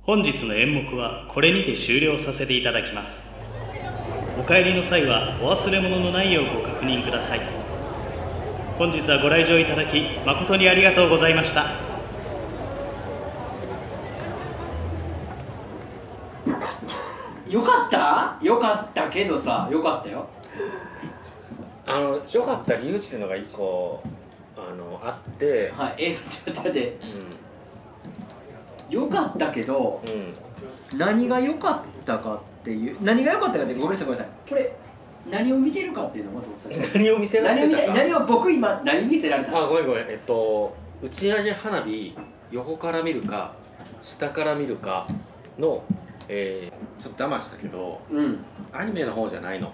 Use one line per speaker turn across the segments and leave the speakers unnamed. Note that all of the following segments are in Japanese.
本日の演目はこれにて終了させていただきますお帰りの際はお忘れ物のないようご確認ください本日はご来場いただき誠にありがとうございました
よかったよかったけどさよかったよ
あの良かった理由っていうのが一個あのあって、
はいえちょっと待って
う
よかったけど
んうん、
何が良かったかっていう何が良かったかってごめんなさいごめんなさいこれ何を見てるかっていうのをまずお伝えし
何を見せ
て
ら
何を
れ
見
て
て
たか
何を僕今何見せられたんです
あごめんごめんえっと打ち上げ花火横から見るか下から見るかの、えー、ちょっと騙したけど
うん
アニメの方じゃないの、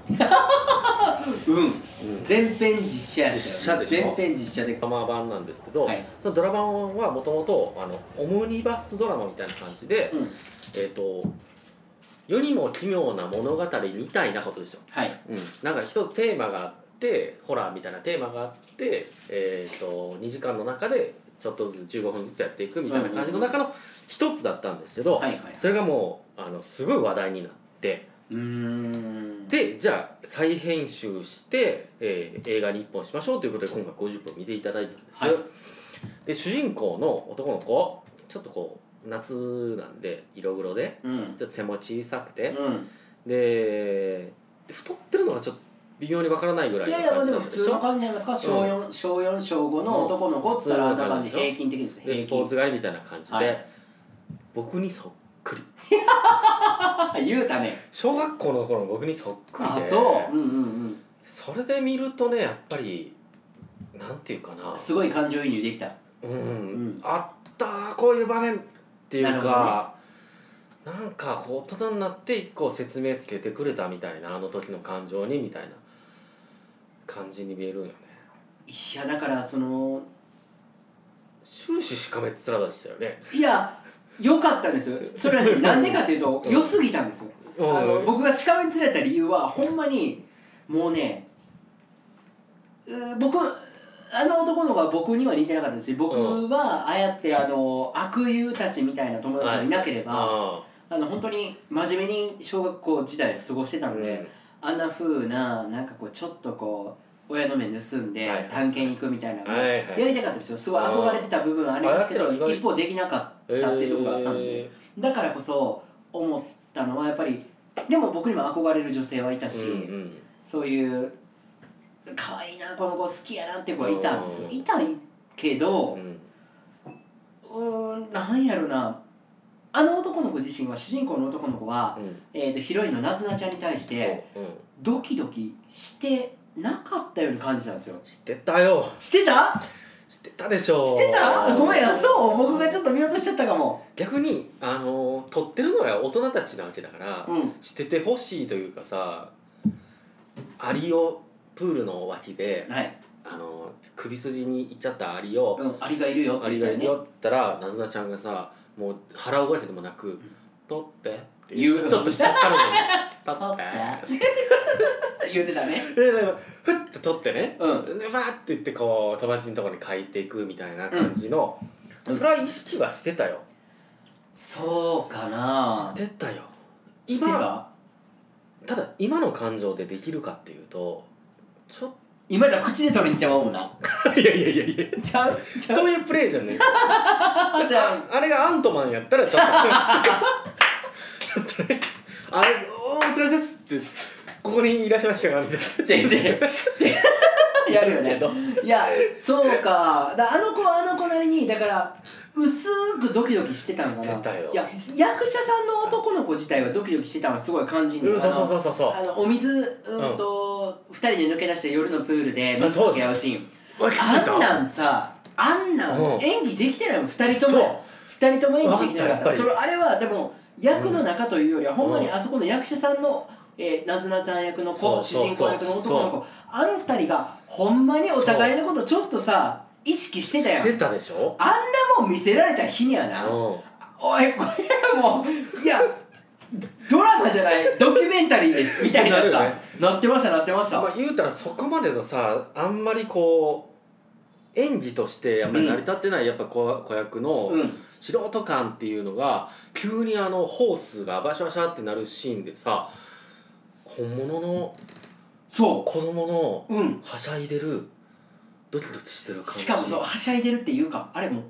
うん
うん、
全編実写やったよね
実写でしょ
全編実写で
ドラマ版なんですけど、
はい
そのドラマ版はもともとあのオムニバスドラマみたいな感じで、
うん
えっと世にも奇妙な物語みたいなことですよ
はい
うん、なんか一つテーマがあってホラーみたいなテーマがあって、えー、と2時間の中でちょっとずつ15分ずつやっていくみたいな感じの中の一つだったんですけど、
はいはい
それがもうあのすごい話題になって
うーん
でじゃあ再編集して、えー映画に1本しましょうということで今回50分見ていただいたんです。
はい
で主人公の男の子ちょっとこう夏なんで色黒で
うん
ちょっと背も小さくて。
うん
で太ってるのがちょっと微妙にわからないぐらい
い
の
やいやまあ
感じ
で
な
も普
んで
通
し
の
ょ
感じじゃないですか小4小四小5の男の子っつったらあんな感じ平均的です
で
平
スポー
均
ツ狩りみたいな感じで、
はい
僕にそっくり
あ言うたね
小学校の頃の僕にそっくりで
あそううんうんうん
それで見るとねやっぱりなんていうかな
すごい感情移入できた
うん、
ん
あったーこういう場面っていう
な
かな,、んかこう大人になって一個説明つけてくれたみたいなあの時の感情にみたいな感じに見えるんよね
いやだからその
終始しかめっ面でしたよね
いや良かったんですよそ れはねなんでかっていうと
うん
良すぎたんですよあ
う
の
ん
僕がしかめつれた理由はほんまにもうねうー僕あの男の子は僕には似てなかったですし僕
う
はああやってあの悪友たちみたいな友達がいなければ、
あ
あの本当に真面目に小学校時代過ごしてた
あ
ので、あんな風ななんかこうちょっとこう親の目盗ん
はいは
で
い
探検行くみたいなの
はいはい
やりたかったですよすごい憧れてた部分はありますけ
あ
ど
やってた意外
一方できなかったっていうところがあったんですよ、
え
だからこそ思ったのはやっぱりでも僕にも憧れる女性はいたし、
ーうん
そういう可愛いなこの子好きやなっていう子はいたんですよ
うん
いたけ
う
ど
んうん
うーんなんやろなあの男の子自身は主人公の男の子は、
うん
えー、とヒロインのなずなちゃんに対して、
そううん
ドキドキしてなかったように感じたんですよ
知ってたよ
してた
知ってたでしょ
してたごめん
う
そう僕がちょっと見落としちゃったかも
逆にあのー撮ってるのは大人たちなわけだから、
うん
知っててほしいというかさアリをプールの脇で、
はい、
あのー首筋に行っちゃったアリを、
うん、アリがいるよっ
ア
て
リ
言っ
が
たよ
いる
ね
よって言ったらなずなちゃんがさもう腹をわけでもなく「取って」って
言う
ちょっと下から
パ
の
ッ
取 って
て言ってたね
でなんかふって取ってね、
う
でわーって言ってこう友達のところに書いていくみたいな感じの、
うん
それは意識はしてたよ、
そうかな
してたよ
してた
ただ今の感情でできるかっていうとちょっ
今だ口で取りに行ってまうもんな
と いやいやいやいや
ちゃうちゃ
そうういうプレイじゃねえ
あじゃ
ああれがアントマンやったらちょっとちょっとね あれおーお疲れ様ですってここにいらっしゃいましたからみたいな
全然あやるよ
け
ね
ど
いやそうかだあの子はあの子なりにだから薄くドキドキしてたんかな
してたよ
いや役者さんの男の子自体はドキドキしてたのはすごい感じる
うんそうそうそうそうそう
あのお水うんと、二人で抜け出して夜のプールで
あ
水
そう
かけ合うシーン
わ気づい
あ
た
んなんさあんなん
うん
演技できてないもん二人とも二人とも演技できてな
わか
か
っ
ったた
やっぱり
それあれはでも役の中というよりは、ほんまに
うん
あそこの役者さんの、えー、なずなちゃん役の
そ
子
うそうそう
主人公役の男の子あの二人がほんまにお互いのことちょっとさ意識してたやん
してたでしょ
あんなもん見せられた日にはな、
うん
おいこれはもういやドラマじゃないドキュメンタリーですみたいなさ
な
な,、
るよね
ってましたなってました、
まあ、言うたらそこまでのさあんまりこう演技としてあんまり成り立ってない、やっぱ子子役の
うん
素人感っていうのが急にあのホースがバシャバシャってなるシーンでさ本物の
そ
子供の
ううん
はしゃいでるドキドキしてる感じ
しかもそうはしゃいでるっていうかあれもう好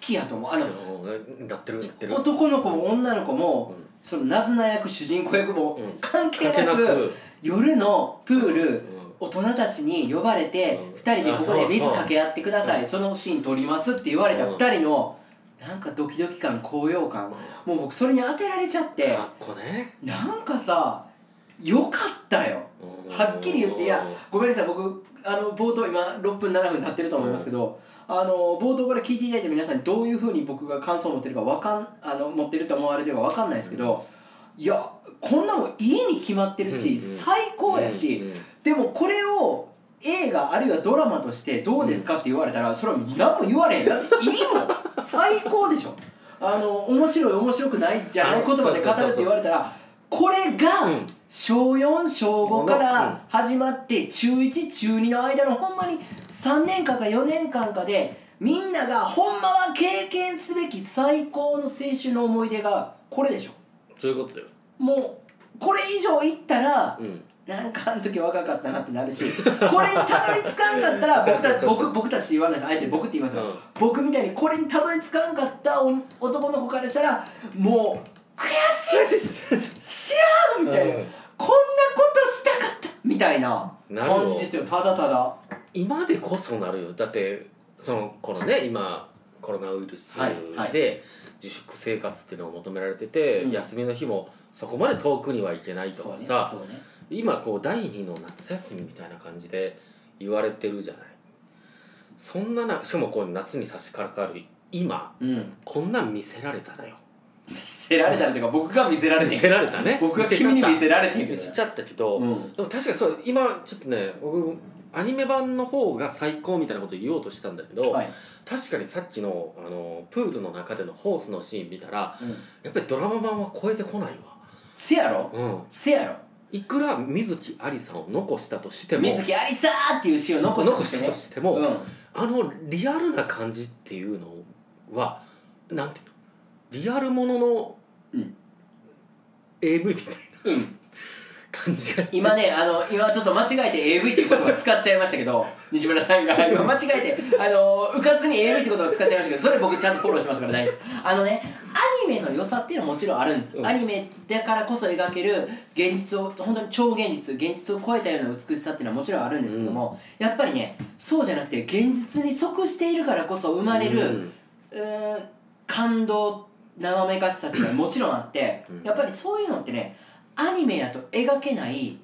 きやと思うあの
うんなってるなってる
男の子も女の子も
うん
そのなずな役主人公役も
うん
関係
関係
な
な
く
く
夜のプール
うん
大人たちに呼ばれて
うん
2人でここ
あそ
で
うそう
水かけ合ってくださいそのシーン撮りますって言われた
うん
2人のなんかドキドキ感高揚感もう僕それに当てられちゃって
あっこね
なんかさよかったよ
うん
はっきり言っていやごめんなさい僕あの冒頭今6分7分経ってると思いますけど、あの冒頭から聞いていただいた皆さんにどういうふうに僕が感想を持ってるかわかんあの持ってると思われてるかわかんないですけど、いやこんなもんいいに決まってるし、
うんうん
最高やし、
うんうん
でもこれを映画あるいはドラマとしてどうですかって言われたら、それは何も言われへんだっていいもん最高でしょあの面白い面白くないじゃない言葉で語るって言われたらこれが、
うん
小4小5か
うん
ら始まって中1中2の間のほんまに3年間か4年間かでみんながほんまは経験すべき最高の青春の思い出がこれでしょ
そういうことだよ
もうこれ以上いったら
うん
なんかあの時若かったなってなるしこれにたどり着かんかったら僕たち
そうそうそうそう
僕僕たちって言わないですあえて僕って言いますよ、
うん
僕みたいにこれにたどり着かんかったお男の子からしたらもう悔しい知らんみたいな、
うん
こんなことしたかったみたいな
なるよ
感じですよただただ
今でこそなるよだってそのこのね今コロナウイルス
はいはい
で自粛生活っていうのを求められてて、
うん
休みの日もそこまで遠くには行けないと
そう
か
ね
さ、
そうね
今こう第二の夏休みみたいな感じで言われてるじゃないそんななしかもこう夏に差し掛かる今
うん
こんなん見せられたのよ
見せられたりというか僕が見せられ
見
て
せ
る
られたね
僕が君に見せられてる
見せちゃったけど、
うん
でも確かにそう今ちょっとね僕アニメ版の方が最高みたいなこと言おうとしたんだけど、
はい、
確かにさっきのあのプールの中でのホースのシーン見たら
うん、
やっぱりドラマ版は超えてこないわ
せやろ
うん
せやろ
いくら水木ありさを残したとしても
水木ありさーっていう詩を残した
残したとしても、
うん
あのリアルな感じっていうのはなんていうのリアルものの、
うん
AV みたい
う
な
ん
感じがして
今ねあの今ちょっと間違えて AV っていう言葉使っちゃいましたけ ど西村さんが今間違えてあのうかつに AV って言葉使っちゃいましたけどそれ僕ちゃんとフォローしますから大丈夫ですあのねアニメの良さっていうのはもちろんあるんです、
うん
アニメだからこそ描ける現実を本当に超現実現実を超えたような美しさっていうのはもちろんあるんですけども、やっぱりねそうじゃなくて現実に即しているからこそ生まれる、
うん
うーん感動生めかしさっていうのはもちろんあって、
うん
やっぱりそういうのってねアニメやと描けない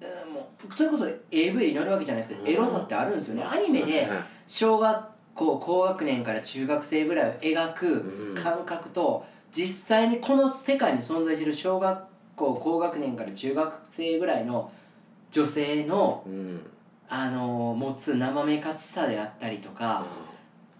うーんもうそれこそ AV に乗るわけじゃないですけど、
うん
エロさってあるんですよねアニメで小学校高学年から中学生ぐらいを描く
うん
感覚と実際にこの世界に存在している小学校高学年から中学生ぐらいの女性の、
うん
あのー持つ生めかしさであったりとか、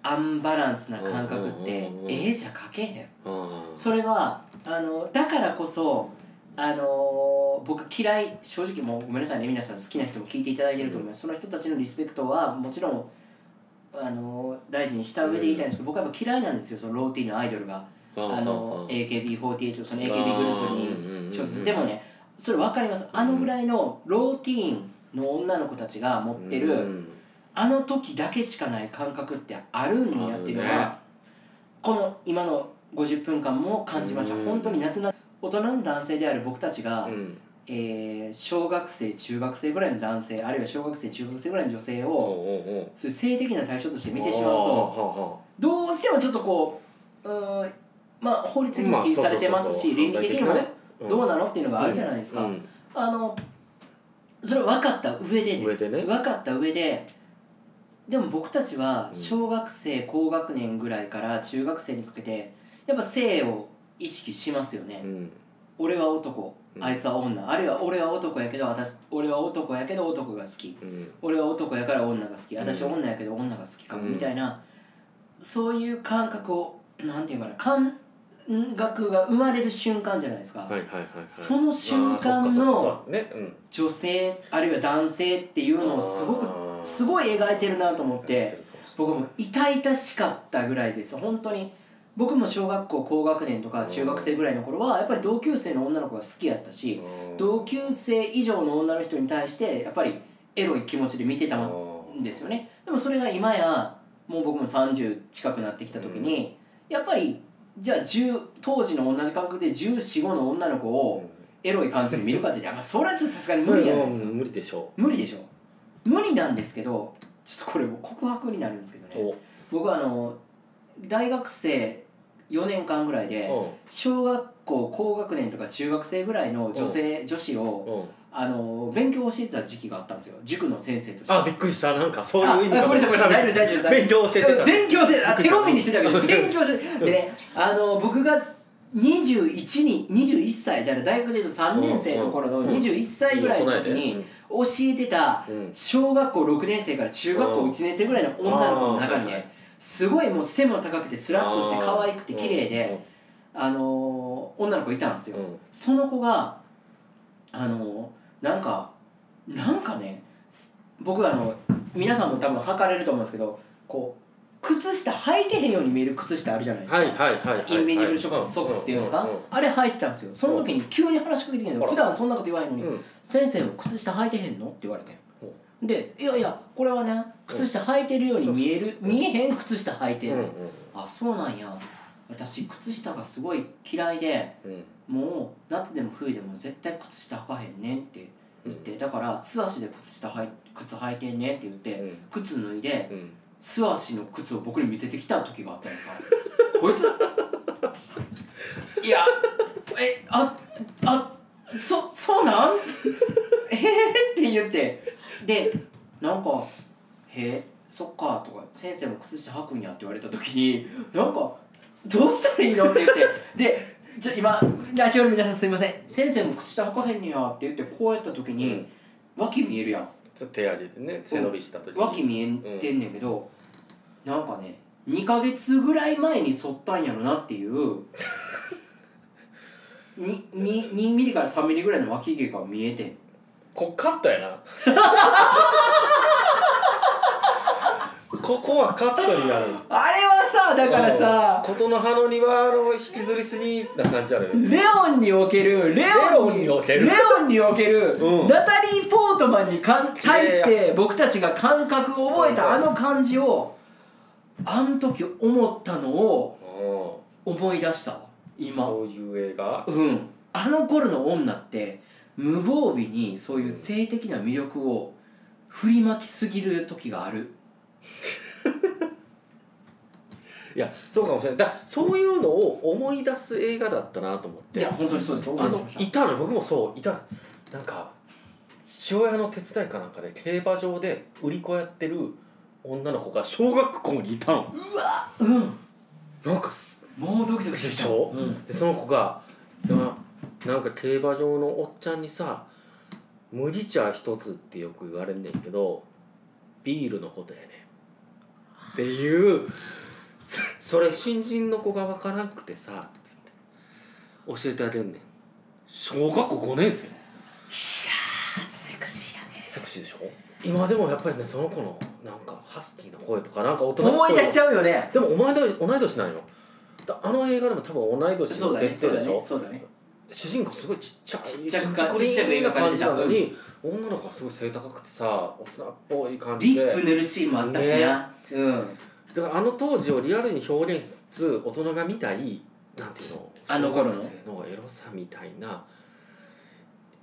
アンバランスな感覚って
うんうんうんうん
絵じゃ描けへん
うん
それはあのだからこそあの僕嫌い正直もうごめんなさいね皆さん好きな人も聞いていただいてると思います、その人たちのリスペクトはもちろんあの大事にした上で言いたいんですけど、僕はやっぱ嫌いなんですよそのローティーのアイドルが、あの AKB48 その AKB グループに
に
そうですでもねそれ分かりますあのぐらいのローティーンの女の子たちが持ってる、あの時だけしかない感覚ってあるんやっていうの
ある
は、
ね
この今の50分間も感じました、
うん
本当に夏な大人の男性である僕たちが、えー小学生中学生ぐらいの男性あるいは小学生中学生ぐらいの女性を、そういう性的な対象として見てしまうと
と
どうしてもちょっとこううーんまあ法律的にも
まあ
禁止されてます
そうそう
し
そう
倫理的にも
法律的なね
どうなのっていうのがあるじゃないですか。あのそれ分かった上でです
上でね
分かった上ででも僕たちは
うん
小学生、高学年ぐらいから中学生にかけてやっぱ性を意識しますよね、俺は男
うん
あいつは女、あるいは俺は男やけど私俺は男やけど男が好き俺は男やから女が好き私は
うん
女やけど女が好きかも、
うん
みたいなそういう感覚をなんていうかな感覚が生まれる瞬間じゃないですか、
はいはいはいはい
その瞬間
あーそっかそっか
の
そうだねうん
女性あるいは男性っていうのをすごく
あー
すごい描いてるなと思って
描いるかもしれない
僕はもう痛々しかったぐらいです本当に僕も小学校高学年とか中学生ぐらいの頃はやっぱり同級生の女の子が好きやったし同級生以上の女の人に対してやっぱりエロい気持ちで見てたもんですよねでもそれが今やもう僕も30近くなってきた時に、やっぱりじゃあ10当時の同じ感覚で1415の女の子をエロい感じで見るかってやっぱそれはちょっとさすがに無理じゃないですか
無理でしょ
無理でしょ無理なんですけどちょっとこれもう告白になるんですけど
う
ね僕はあの大学生4年間ぐらいで小学校高学年とか中学生ぐらいの女性女子をあの勉強を教えてた時期があったんですよ塾の先生として
あびっくりしたなんかそう
あ
いう意味か
ごめんなさいごめんなさい大丈夫です大丈夫です
勉強教えてた
勉強してたあ手込みにしてたけど
びっくり
勉強してたでねあの僕が21に21歳だから大学でいうと3年生の頃の21歳ぐらいの時に教えてた
うん
小学校6年生から中学校1年生ぐらいの女の子の中にねすごいもう背も高くてスラッとして可愛くて綺麗であの女の子いたんですよその子があのなんかなんかねす僕あの皆さんも多分履かれると思うんですけどこう靴下履いてへんように見える靴下あるじゃないですか、
はいはいは
イ
い
ンビジブルショックスソックスっていうんですか、あれ履いてたんですよその時に急に話しかけてきて
ほら
普段そんなこと言わへんのに、先生も靴下履いてへんの?」って言われて
ほ
で「いやいやこれはね靴下履いてるように見える
うん
見えへん靴下履いてる、あそうなんや私靴下がすごい嫌いでもう夏でも冬でも絶対靴下履かへんねんって言って、だから素足で靴下履い靴履いてんねんって言って、靴脱いで素足の靴を僕に見せてきた時があったのか こいついやえああそそうなん ええって言ってでなんか「へえそっか」とか「先生も靴下履くんや」って言われた時になんか「どうしたらいいの?」って言ってでちょ今ラジオの皆さんすいません「先生も靴下履かへんねや」って言ってこうやった時に、脇見えるやん
ちょっと手上げてね背伸びした時
脇見えてんねんけど、なんかね2ヶ月ぐらい前に剃ったんやろなっていう にに2ミリから3ミリぐらいの脇毛が見えてん
こかったやなここはカットになる
あれはさだからさ
琴の葉の庭の引きずりすぎな感じある
レオンにおけるレオンに
レオンにおける
レオンにおける
うん
ナタリー・ポートマンにかん
綺麗や
対して僕たちが感覚を覚えたあの感じをあの時思ったのを思い出したわ今
そういう映画
うん、あの頃の女って無防備にそういう性的な魅力を振りまきすぎる時がある
いやそうかもしれないだからそういうのを思い出す映画だったなと思っ
い
て
や本当にそうです
あのいたの僕もそういたのなんか父親の手伝いかなんかで競馬場で売り子やってる女の子が小学校にいたの
うん
なんかす
もうドキドキしてきた
でしょ
うん、
でその子が「ななんか競馬場のおっちゃんにさ麦茶一つってよく言われんねんけどビールのことやねん」っていうそそれ新人の子が分からなくてさって言って教えてあげんねん小学校5年生
セクシーやね
セクシーでしょ今でもやっぱりねその子のなんかハスキーな声とかなんか大人っぽ
思い出しちゃうよね
でもお前だ同い年なんよだあの映画でも多分同い年
そ
の
うだねそ
設定
う
で
だ
し
ね
ょ、
そうだね
主人公すごいちっちゃい
ちっちゃくか
ちっちゃくな感じなの
ち
に女の子がすごい背高くてさ大人っぽい感じ
リ
で
ップ塗るシーンもあったしな、うん
だからあの当時をリアルに表現しつつ大人が見たいなんていうの
あの頃の
小学生のエロさみたいな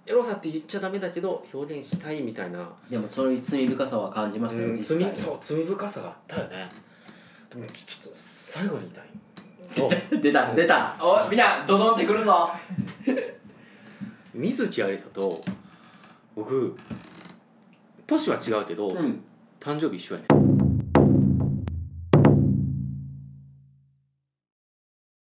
エロさって言っちゃダメだけど表現したいみたいな
でもそういう罪深さは感じましたよ、
うん
実際
罪そう罪深さがあったよねでもちょっと最後に言いたいの
出た出たおいみんなドドンってくるぞ
水木有沙と僕年は違うけど、
うん
誕生日一緒やねん